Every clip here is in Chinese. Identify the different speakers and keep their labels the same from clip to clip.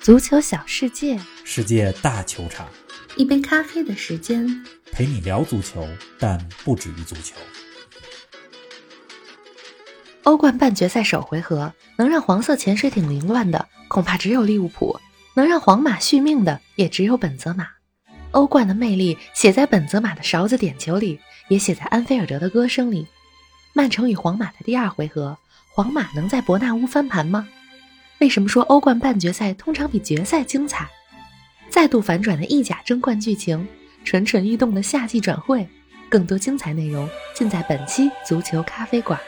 Speaker 1: 足球小世界，
Speaker 2: 世界大球场，
Speaker 1: 一杯咖啡的时间。
Speaker 2: 陪你聊足球，但不止于足球。
Speaker 1: 欧冠半决赛首回合能让黄色潜水艇凌乱的，恐怕只有利物浦；能让皇马续命的，也只有本泽马。欧冠的魅力写在本泽马的勺子点球里，也写在安菲尔德的歌声里。曼城与皇马的第二回合，皇马能在伯纳乌翻盘吗？为什么说欧冠半决赛通常比决赛精彩？再度反转的意甲争冠剧情，蠢蠢欲动的夏季转会，更多精彩内容尽在本期足球咖啡馆。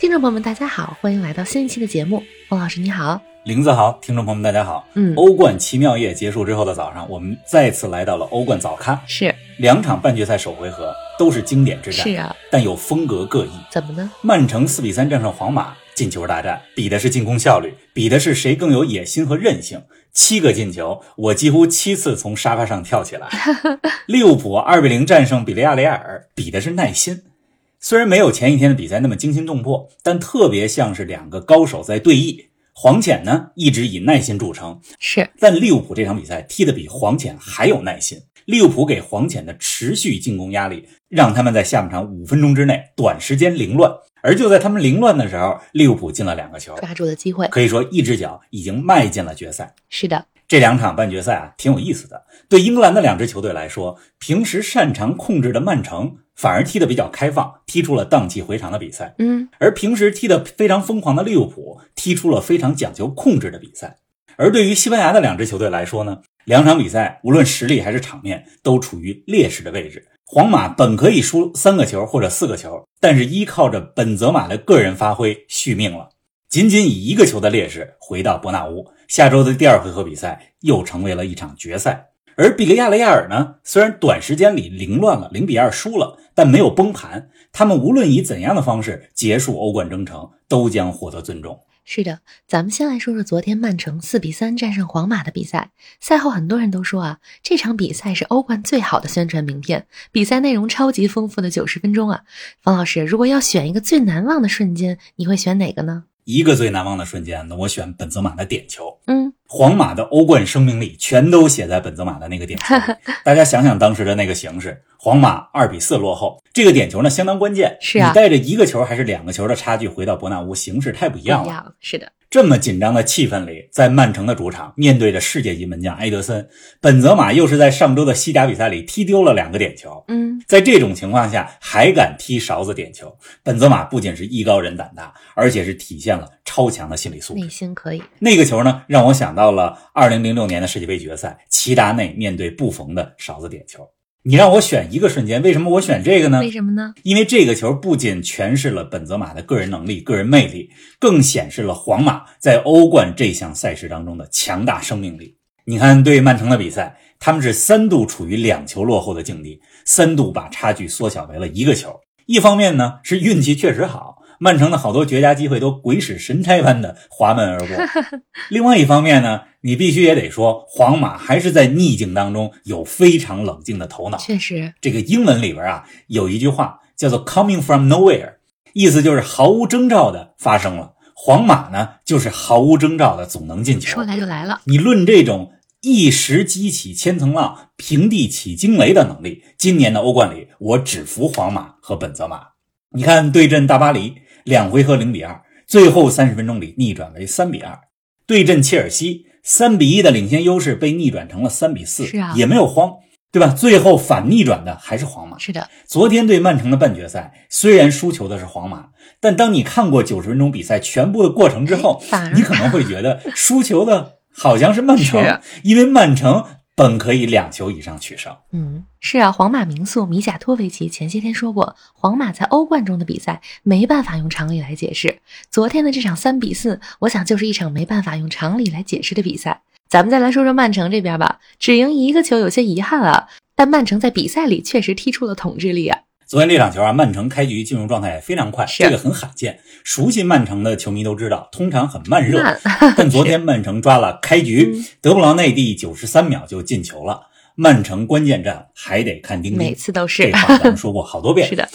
Speaker 1: 听众朋友们，大家好，欢迎来到新一期的节目。王老师你好，
Speaker 2: 林子豪，听众朋友们，大家好。
Speaker 1: 嗯，
Speaker 2: 欧冠奇妙夜结束之后的早上，我们再次来到了欧冠早咖，
Speaker 1: 是
Speaker 2: 两场半决赛首回合都是经典之战，
Speaker 1: 是啊，
Speaker 2: 但又风格各异。
Speaker 1: 怎么呢？
Speaker 2: 曼城四比三战胜皇马，进球大战，比的是进攻效率，比的是谁更有野心和韧性。七个进球，我几乎七次从沙发上跳起来。利物浦二比零战胜比利亚雷亚尔，比的是耐心。虽然没有前一天的比赛那么惊心动魄，但特别像是两个高手在对弈。黄潜呢，一直以耐心著称，
Speaker 1: 是
Speaker 2: 但利物浦这场比赛踢得比黄潜还有耐心。利物浦给黄潜的持续进攻压力，让他们在下半场五分钟之内短时间凌乱。而就在他们凌乱的时候，利物浦进了两个球，
Speaker 1: 抓住了机会，
Speaker 2: 可以说一只脚已经迈进了决赛。
Speaker 1: 是的，
Speaker 2: 这两场半决赛啊，挺有意思的。对英格兰的两支球队来说，平时擅长控制的曼城反而踢得比较开放，踢出了荡气回肠的比赛；
Speaker 1: 嗯，
Speaker 2: 而平时踢得非常疯狂的利物浦，踢出了非常讲究控制的比赛。而对于西班牙的两支球队来说呢，两场比赛无论实力还是场面都处于劣势的位置。皇马本可以输三个球或者四个球，但是依靠着本泽马的个人发挥续命了，仅仅以一个球的劣势回到伯纳乌。下周的第二回合比赛又成为了一场决赛。而比利亚雷亚尔呢，虽然短时间里凌乱了，零比二输了，但没有崩盘。他们无论以怎样的方式结束欧冠征程，都将获得尊重。
Speaker 1: 是的，咱们先来说说昨天曼城四比三战胜皇马的比赛。赛后很多人都说啊，这场比赛是欧冠最好的宣传名片，比赛内容超级丰富的九十分钟啊。方老师，如果要选一个最难忘的瞬间，你会选哪个呢？
Speaker 2: 一个最难忘的瞬间，那我选本泽马的点球。
Speaker 1: 嗯，
Speaker 2: 皇马的欧冠声明里全都写在本泽马的那个点 球里。大家想想当时的那个形势，皇马二比四落后，这个点球呢相当关键。
Speaker 1: 是啊
Speaker 2: 你带着一个球还是两个球的差距回到伯纳乌，形势太不一
Speaker 1: 不一
Speaker 2: 样了。啊
Speaker 1: 样，是的，
Speaker 2: 这么紧张的气氛里，在曼城的主场面对着世界级门将埃德森，本泽马又是在上周的西甲比赛里踢丢了两个点球。
Speaker 1: 嗯，
Speaker 2: 在这种情况下，还敢踢勺子点球，本泽马不仅是艺高人胆大，而且是体现了超强的心理素质
Speaker 1: 内。心可以，
Speaker 2: 那个球呢，让我想到了2006年的世界杯决赛，齐达内面对布冯的勺子点球。你让我选一个瞬间，为什么我选这个呢
Speaker 1: 为？什么呢？
Speaker 2: 因为这个球不仅诠释了本泽马的个人能力、个人魅力，更显示了皇马在欧冠这项赛事当中的强大生命力。你看，对曼城的比赛，他们是三度处于两球落后的境地，三度把差距缩小为了一个球。一方面呢，是运气确实好，曼城的好多绝佳机会都鬼使神差般的滑门而过；另外一方面呢，你必须也得说，皇马还是在逆境当中有非常冷静的头脑。
Speaker 1: 确实，
Speaker 2: 这个英文里边啊有一句话叫做 “coming from nowhere”，意思就是毫无征兆的发生了。皇马呢，就是毫无征兆的总能进球
Speaker 1: 说。来就来了，
Speaker 2: 你论这种一时激起千层浪、平地起惊雷的能力，今年的欧冠里，我只服皇马和本泽马。你看，对阵大巴黎，两回合零比二，最后三十分钟里逆转为三比二；对阵切尔西，三比一的领先优势被逆转成了三比四，
Speaker 1: 是啊
Speaker 2: 也没有慌，对吧？最后反逆转的还是皇马。
Speaker 1: 是的，
Speaker 2: 昨天对曼城的半决赛，虽然输球的是皇马，但当你看过九十分钟比赛全部的过程之后
Speaker 1: 哎反而，
Speaker 2: 你可能会觉得输球的好像是曼城，
Speaker 1: 是啊
Speaker 2: 因为曼城本可以两球以上取胜。
Speaker 1: 嗯，是啊，皇马名宿米贾托维奇前些天说过，皇马在欧冠中的比赛没办法用常理来解释。昨天的这场三比四，我想就是一场没办法用常理来解释的比赛。咱们再来说说曼城这边吧，只赢一个球有些遗憾啊，但曼城在比赛里确实踢出了统治力啊。
Speaker 2: 昨天这场球啊，曼城开局进入状态非常快，
Speaker 1: 是啊
Speaker 2: 这个很罕见。熟悉曼城的球迷都知道，通常很慢热，
Speaker 1: 慢
Speaker 2: 但昨天曼城抓了开局
Speaker 1: 嗯，
Speaker 2: 德布劳内第九十三秒就进球了。曼城关键战还得看丁
Speaker 1: 每
Speaker 2: 丁，
Speaker 1: 次都
Speaker 2: 这
Speaker 1: 是，
Speaker 2: 话咱们说过好多 遍。
Speaker 1: 是的，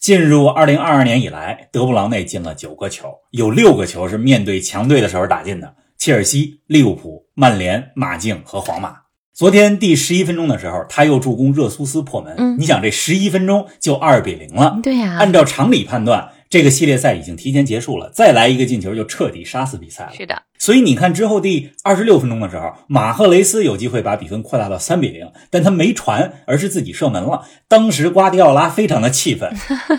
Speaker 2: 进入二零二二年以来，德布劳内进了九个球，有六个球是面对强队的时候打进的。切尔西、利物浦、曼联、马竞和皇马。昨天第十一分钟的时候，他又助攻热苏斯破门。
Speaker 1: 嗯
Speaker 2: 你想这十一分钟就二比零了。
Speaker 1: 对啊呀、
Speaker 2: 啊按照常理判断，这个系列赛已经提前结束了，再来一个进球就彻底杀死比赛了。
Speaker 1: 是的，
Speaker 2: 所以你看之后第二十六分钟的时候，马赫雷斯有机会把比分扩大到三比零，但他没传，而是自己射门了。当时瓜迪奥拉非常的气愤，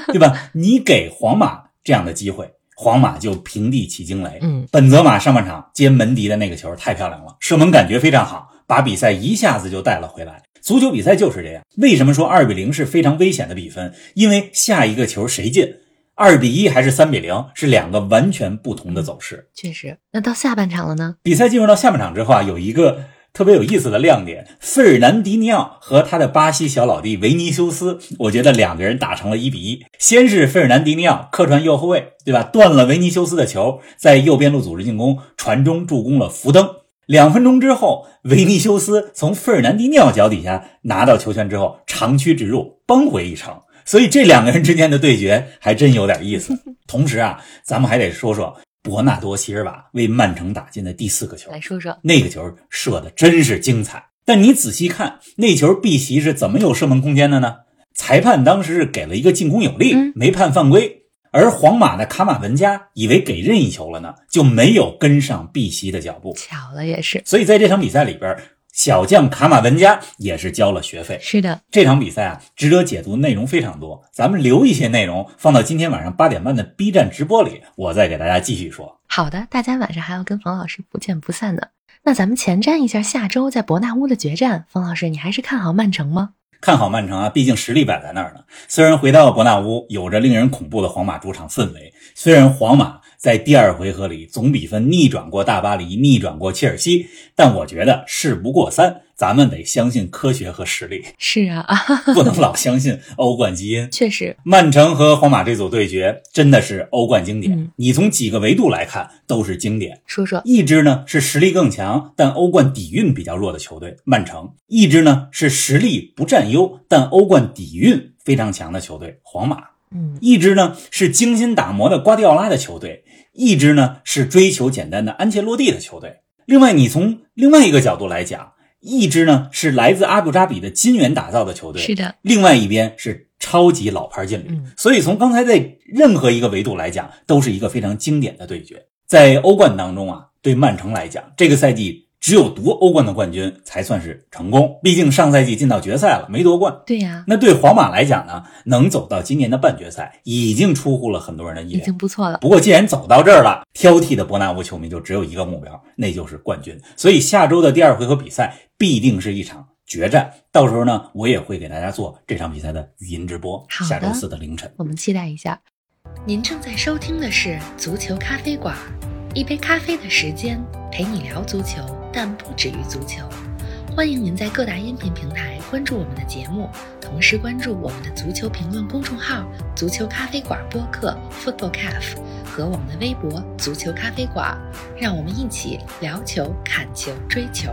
Speaker 2: 对吧？你给皇马这样的机会，皇马就平地起惊雷。
Speaker 1: 嗯，
Speaker 2: 本泽马上半场接门迪的那个球太漂亮了，射门感觉非常好，把比赛一下子就带了回来。足球比赛就是这样。为什么说二比零是非常危险的比分？因为下一个球谁进，二比一还是三比零，是两个完全不同的走势。
Speaker 1: 确实。那到下半场了呢？
Speaker 2: 比赛进入到下半场之后啊，有一个特别有意思的亮点，费尔南迪尼奥和他的巴西小老弟维尼修斯，我觉得两个人打成了一比一。先是费尔南迪尼奥客串右后卫，对吧？断了维尼修斯的球，在右边路组织进攻，传中助攻了福登。两分钟之后，维尼修斯从费尔南迪尼奥脚底下拿到球权之后，长驱直入，扳回一城。所以这两个人之间的对决还真有点 意思。同时啊，咱们还得说说伯纳多·席尔瓦为曼城打进的第四个球
Speaker 1: 来，说说，
Speaker 2: 那个球射的真是精彩。但你仔细看，那球碧玺是怎么有射门空间的呢？裁判当时是给了一个进攻有
Speaker 1: 嗯
Speaker 2: 力，没判犯规。而皇马的卡马文加以为给任意球了呢，就没有跟上碧玺的脚步。
Speaker 1: 巧了也是，
Speaker 2: 所以在这场比赛里边，小将卡马文加也是交了学费。
Speaker 1: 是的，
Speaker 2: 这场比赛啊，值得解读内容非常多，咱们留一些内容放到今天晚上八点半的 B 站直播里，我再给大家继续说。
Speaker 1: 好的，大家晚上还要跟冯老师不见不散呢。那咱们前瞻一下下周在伯纳乌的决战，冯老师，你还是看好曼城吗？
Speaker 2: 看好曼城啊，毕竟实力摆在那儿呢。虽然回到伯纳乌有着令人恐怖的皇马主场氛围，虽然皇马在第二回合里总比分逆转过大巴黎，逆转过切尔西，但我觉得事不过三，咱们得相信科学和实力，
Speaker 1: 是啊，啊，
Speaker 2: 不能老相信欧冠基因。
Speaker 1: 确实，
Speaker 2: 曼城和皇马这组对决真的是欧冠经典，
Speaker 1: 嗯
Speaker 2: 你从几个维度来看都是经典。
Speaker 1: 说说，
Speaker 2: 一支呢是实力更强，但欧冠底蕴比较弱的球队曼城；一支呢是实力不占优，但欧冠底蕴非常强的球队皇马；
Speaker 1: 嗯，
Speaker 2: 一支呢是精心打磨的瓜迪奥拉的球队；一支呢是追求简单的安切洛蒂的球队。另外，你从另外一个角度来讲，一支呢是来自阿布扎比的金元打造的球队，
Speaker 1: 是的，
Speaker 2: 另外一边是超级老牌劲旅。
Speaker 1: 嗯
Speaker 2: 所以从刚才在任何一个维度来讲，都是一个非常经典的对决。在欧冠当中啊，对曼城来讲，这个赛季只有夺欧冠的冠军才算是成功，毕竟上赛季进到决赛了没夺冠。
Speaker 1: 对呀、
Speaker 2: 那对皇马来讲呢，能走到今年的半决赛，已经出乎了很多人的意
Speaker 1: 已
Speaker 2: 料。
Speaker 1: 经不错了。
Speaker 2: 不过既然走到这儿了，挑剔的伯纳乌球迷就只有一个目标，那就是冠军。所以下周的第二回合比赛必定是一场决战，到时候呢，我也会给大家做这场比赛的语音直播，
Speaker 1: 好的
Speaker 2: 下周四的凌晨。
Speaker 1: 我们期待一下。您正在收听的是《足球咖啡馆》，一杯咖啡的时间陪你聊足球，但不止于足球。欢迎您在各大音频平台关注我们的节目，同时关注我们的足球评论公众号“足球咖啡馆”播客 （Football Cafe） 和我们的微博“足球咖啡馆”，让我们一起聊球、砍球、追球。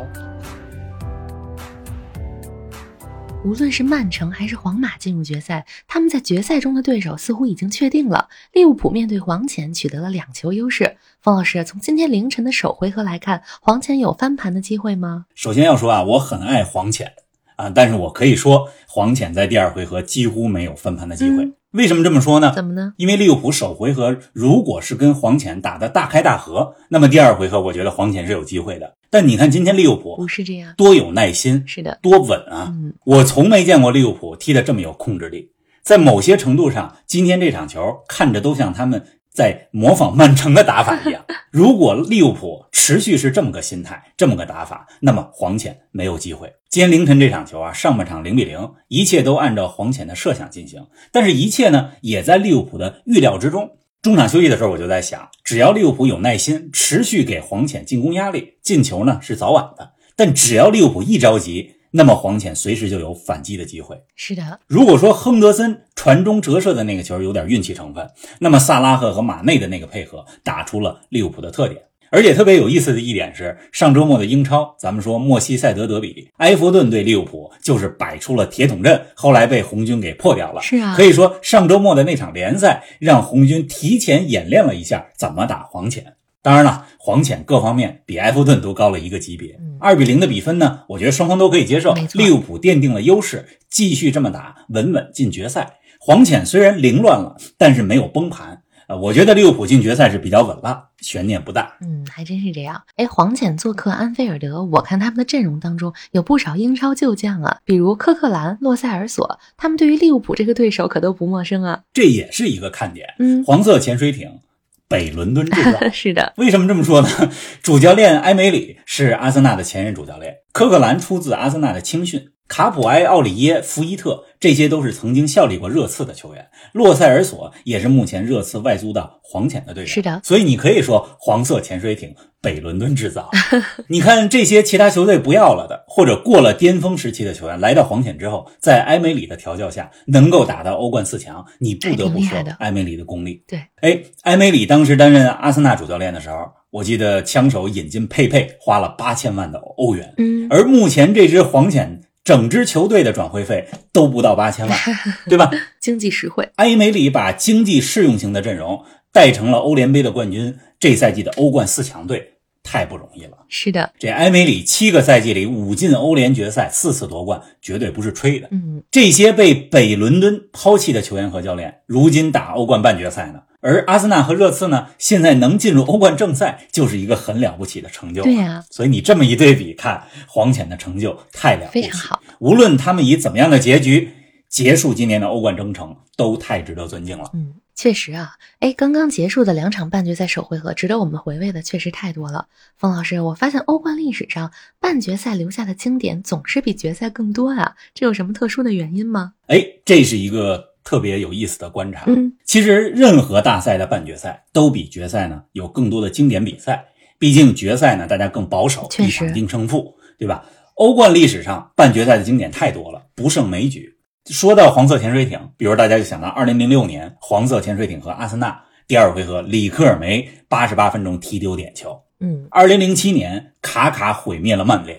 Speaker 1: 无论是曼城还是皇马进入决赛，他们在决赛中的对手似乎已经确定了。利物浦面对黄潜取得了两球优势。方老师，从今天凌晨的首回合来看，黄潜有翻盘的机会吗？
Speaker 2: 首先要说啊，我很爱黄潜啊，但是我可以说黄潜在第二回合几乎没有翻盘的机会。
Speaker 1: 嗯
Speaker 2: 为什么这么说呢？
Speaker 1: 怎么呢？
Speaker 2: 因为利物浦首回合如果是跟黄潜打的大开大合，那么第二回合我觉得黄潜是有机会的。但你看今天利物浦
Speaker 1: 不是这样，
Speaker 2: 多有耐心，
Speaker 1: 是的，
Speaker 2: 多稳啊！
Speaker 1: 嗯，
Speaker 2: 我从没见过利物浦踢得这么有控制力。在某些程度上，今天这场球看着都像他们在模仿曼城的打法一样。如果利物浦持续是这么个心态、这么个打法，那么黄潜没有机会。今天凌晨这场球啊，上半场零比零，一切都按照黄潜的设想进行，但是一切呢也在利物浦的预料之中。中场休息的时候，我就在想，只要利物浦有耐心，持续给黄潜进攻压力，进球呢是早晚的。但只要利物浦一着急，那么黄潜随时就有反击的机会。
Speaker 1: 是的，
Speaker 2: 如果说亨德森传中折射的那个球有点运气成分，那么萨拉赫和马内的那个配合打出了利物浦的特点。而且特别有意思的一点是，上周末的英超，咱们说莫西塞德德比，埃弗顿对利物浦就是摆出了铁桶阵，后来被红军给破掉了。
Speaker 1: 是啊
Speaker 2: 可以说上周末的那场联赛，让红军提前演练了一下怎么打黄潜。当然了，黄潜各方面比埃弗顿都高了一个级别
Speaker 1: 嗯。
Speaker 2: 二比零的比分呢，我觉得双方都可以接受
Speaker 1: 没。错
Speaker 2: 利物浦奠定了优势，继续这么打，稳稳进决赛。黄潜虽然凌乱了，但是没有崩盘。呃，我觉得利物浦进决赛是比较稳了，悬念不大。
Speaker 1: 嗯，还真是这样。哎，黄潜做客安菲尔德，我看他们的阵容当中有不少英超旧将啊，比如科克兰、洛塞尔索，他们对于利物浦这个对手可都不陌生啊。
Speaker 2: 这也是一个看点。
Speaker 1: 嗯，
Speaker 2: 黄色潜水艇，北伦敦制造。
Speaker 1: 是的，
Speaker 2: 为什么这么说呢？ 主教练埃梅里是阿森纳的前任主教练，科克兰出自阿森纳的青训，卡普埃、奥里耶、福伊特这些都是曾经效力过热刺的球员，洛塞尔索也是目前热刺外租到黄潜的队员。
Speaker 1: 是的
Speaker 2: 所以你可以说黄色潜水艇北伦敦制造。你看这些其他球队不要了的，或者过了巅峰时期的球员，来到黄潜之后，在埃梅里的调教下，能够打到欧冠四强，你不
Speaker 1: 还
Speaker 2: 得
Speaker 1: 挺
Speaker 2: 不
Speaker 1: 厉
Speaker 2: 说
Speaker 1: 害的
Speaker 2: 埃梅里的功力。
Speaker 1: 对，
Speaker 2: 哎，埃梅里当时担任阿森纳主教练的时候，我记得枪手引进佩佩花了八千万的欧元，
Speaker 1: 嗯，
Speaker 2: 而目前这支黄潜整支球队的转会费都不到八 千万，对吧？
Speaker 1: 经济实惠。
Speaker 2: 埃梅里把经济适用型的阵容带成了欧联杯的冠军，这赛季的欧冠四强队太不容易了。
Speaker 1: 是的，
Speaker 2: 这埃梅里七个赛季里五进欧联决赛，四次夺冠，绝对不是吹的。
Speaker 1: 嗯，
Speaker 2: 这些被北伦敦抛弃的球员和教练，如今打欧冠半决赛呢。而阿森纳和热刺呢，现在能进入欧冠正赛，就是一个很了不起的成就。
Speaker 1: 对呀、
Speaker 2: 所以你这么一对比，看黄潜的成就太了不起，
Speaker 1: 非常好。
Speaker 2: 无论他们以怎么样的结局结束今年的欧冠征程，都太值得尊敬了。
Speaker 1: 嗯，确实啊，哎，刚刚结束的两场半决赛首回合，值得我们回味的确实太多了。冯老师，我发现欧冠历史上半决赛留下的经典总是比决赛更多啊，这有什么特殊的原因吗？
Speaker 2: 哎，这是一个特别有意思的观察。
Speaker 1: 嗯，
Speaker 2: 其实任何大赛的半决赛都比决赛呢有更多的经典比赛，毕竟决赛呢大家更保守，
Speaker 1: 确
Speaker 2: 一
Speaker 1: 实
Speaker 2: 场定胜负，对吧？欧冠历史上半决赛的经典太多了，不胜枚举。说到黄色潜水艇，比如大家就想到2006年黄色潜水艇和阿森纳第二回合，里克尔梅88分钟踢丢点球，
Speaker 1: 嗯，
Speaker 2: 二零零七年，卡卡毁灭了曼联；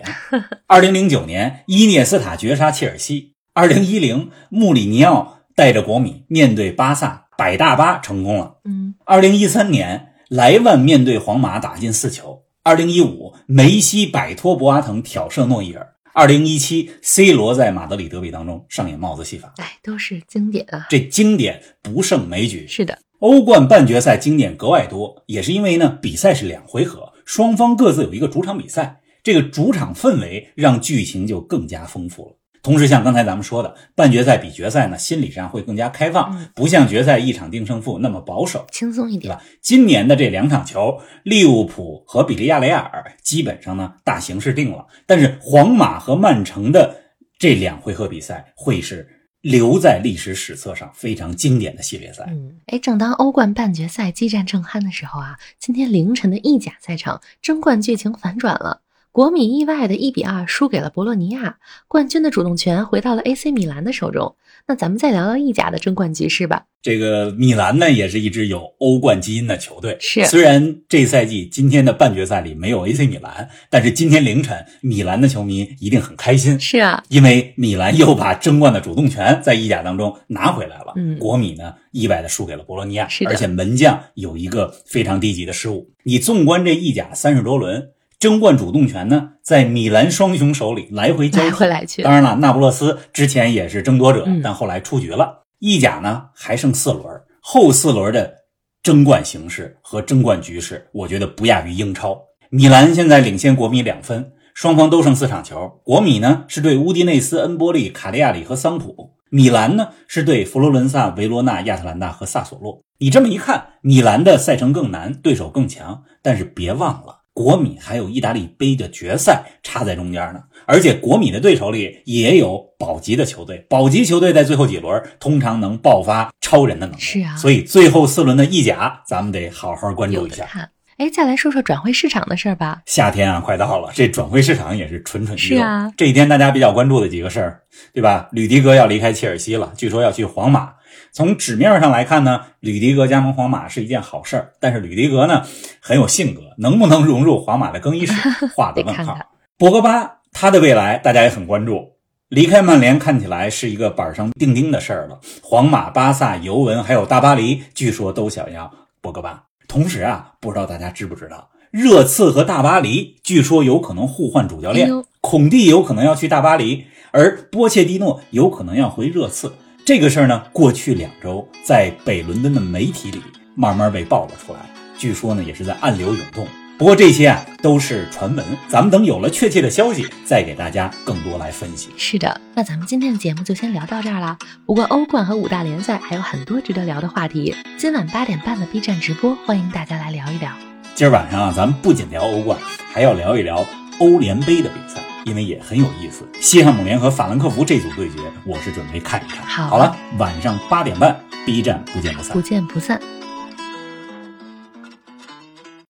Speaker 2: 二零零九年，伊涅斯塔绝杀切尔西；二零一零，穆里尼奥带着国米面对巴萨百大巴成功了；
Speaker 1: 嗯，
Speaker 2: 二零一三年，莱万面对皇马打进四球；二零一五，梅西摆脱博阿滕挑射诺伊尔；二零一七，C 罗在马德里德比当中上演帽子戏法。
Speaker 1: 哎，都是经典啊。
Speaker 2: 这经典不胜枚举，
Speaker 1: 是的，
Speaker 2: 欧冠半决赛经典格外多，也是因为呢，比赛是两回合，双方各自有一个主场比赛，这个主场氛围让剧情就更加丰富了。同时，像刚才咱们说的，半决赛比决赛呢，心理上会更加开放
Speaker 1: 嗯，
Speaker 2: 不像决赛一场定胜负那么保守，
Speaker 1: 轻松一
Speaker 2: 对
Speaker 1: 点。
Speaker 2: 吧？今年的这两场球，利物浦和比利亚雷亚尔基本上呢大形势定了，但是皇马和曼城的这两回合比赛会是留在历史史册上非常经典的系列赛。
Speaker 1: 嗯，哎，正当欧冠半决赛激战正酣的时候啊，今天凌晨的意甲赛场，争冠剧情反转了。国米意外的1比2输给了博洛尼亚，冠军的主动权回到了 AC 米兰的手中。那咱们再聊聊意甲的争冠局势吧。
Speaker 2: 这个米兰呢，也是一支有欧冠基因的球队。
Speaker 1: 是
Speaker 2: 虽然这赛季今天的半决赛里没有 AC 米兰，但是今天凌晨，米兰的球迷一定很开心，
Speaker 1: 是啊，
Speaker 2: 因为米兰又把争冠的主动权在意甲当中拿回来了。
Speaker 1: 嗯
Speaker 2: 国米呢意外的输给了博洛尼亚
Speaker 1: 是，的
Speaker 2: 而且门将有一个非常低级的失误。你纵观这意甲三十多轮，争冠主动权呢在米兰双雄手里来回交
Speaker 1: 来
Speaker 2: 替。
Speaker 1: 回来去
Speaker 2: 当，然了，那不勒斯之前也是争夺者
Speaker 1: 嗯，
Speaker 2: 但后来出局了。意甲呢还剩四轮，后四轮的争冠形势和争冠局势，我觉得不亚于英超。米兰现在领先国米两分，双方都剩四场球。国米呢是对乌迪内斯、恩波利、卡利亚里和桑普，米兰呢是对佛罗伦萨、维罗纳、亚特兰大和萨索洛。你这么一看，米兰的赛程更难，对手更强，但是别忘了。国米还有意大利杯的决赛插在中间呢，而且国米的对手里也有保级的球队，保级球队在最后几轮通常能爆发超人的能力，
Speaker 1: 是啊
Speaker 2: 所以最后四轮的意甲，咱们得好好关注
Speaker 1: 有
Speaker 2: 一
Speaker 1: 的
Speaker 2: 下。
Speaker 1: 看。哎，再来说说转会市场的事儿吧。
Speaker 2: 夏天啊，快到了，这转会市场也是蠢蠢欲
Speaker 1: 是
Speaker 2: 动。
Speaker 1: 啊
Speaker 2: 这一天大家比较关注的几个事儿，对吧？吕迪格要离开切尔西了，据说要去皇马。从纸面上来看呢，吕迪格加盟皇马是一件好事儿，但是吕迪格呢很有性格，能不能融入皇马的 更衣室，画个问
Speaker 1: 得看
Speaker 2: 号
Speaker 1: 看。
Speaker 2: 博格巴他的未来大家也很关注，离开曼联看起来是一个板上钉钉的事儿了。皇马、巴萨、尤文还有大巴黎，据说都想要博格巴。同时啊，不知道大家知不知道，热刺和大巴黎据说有可能互换主教
Speaker 1: 哎
Speaker 2: 练
Speaker 1: 呦，
Speaker 2: 孔蒂有可能要去大巴黎，而波切蒂诺有可能要回热刺。这个事儿呢，过去两周在北伦敦的媒体里慢慢被爆了出来，据说呢也是在暗流涌动。不过这些啊都是传闻，咱们等有了确切的消息，再给大家更多来分析。
Speaker 1: 是的，那咱们今天的节目就先聊到这儿了。不过欧冠和五大联赛还有很多值得聊的话题，今晚八点半的 B 站直播，欢迎大家来聊一聊。
Speaker 2: 今儿晚上啊，咱们不仅聊欧冠，还要聊一聊欧联杯的比赛，因为也很有意思。西汉姆联和法兰克福这组对决，我是准备看一看。
Speaker 1: 好
Speaker 2: 好了，晚上八点半，B 站不见不散
Speaker 1: 不。见不散。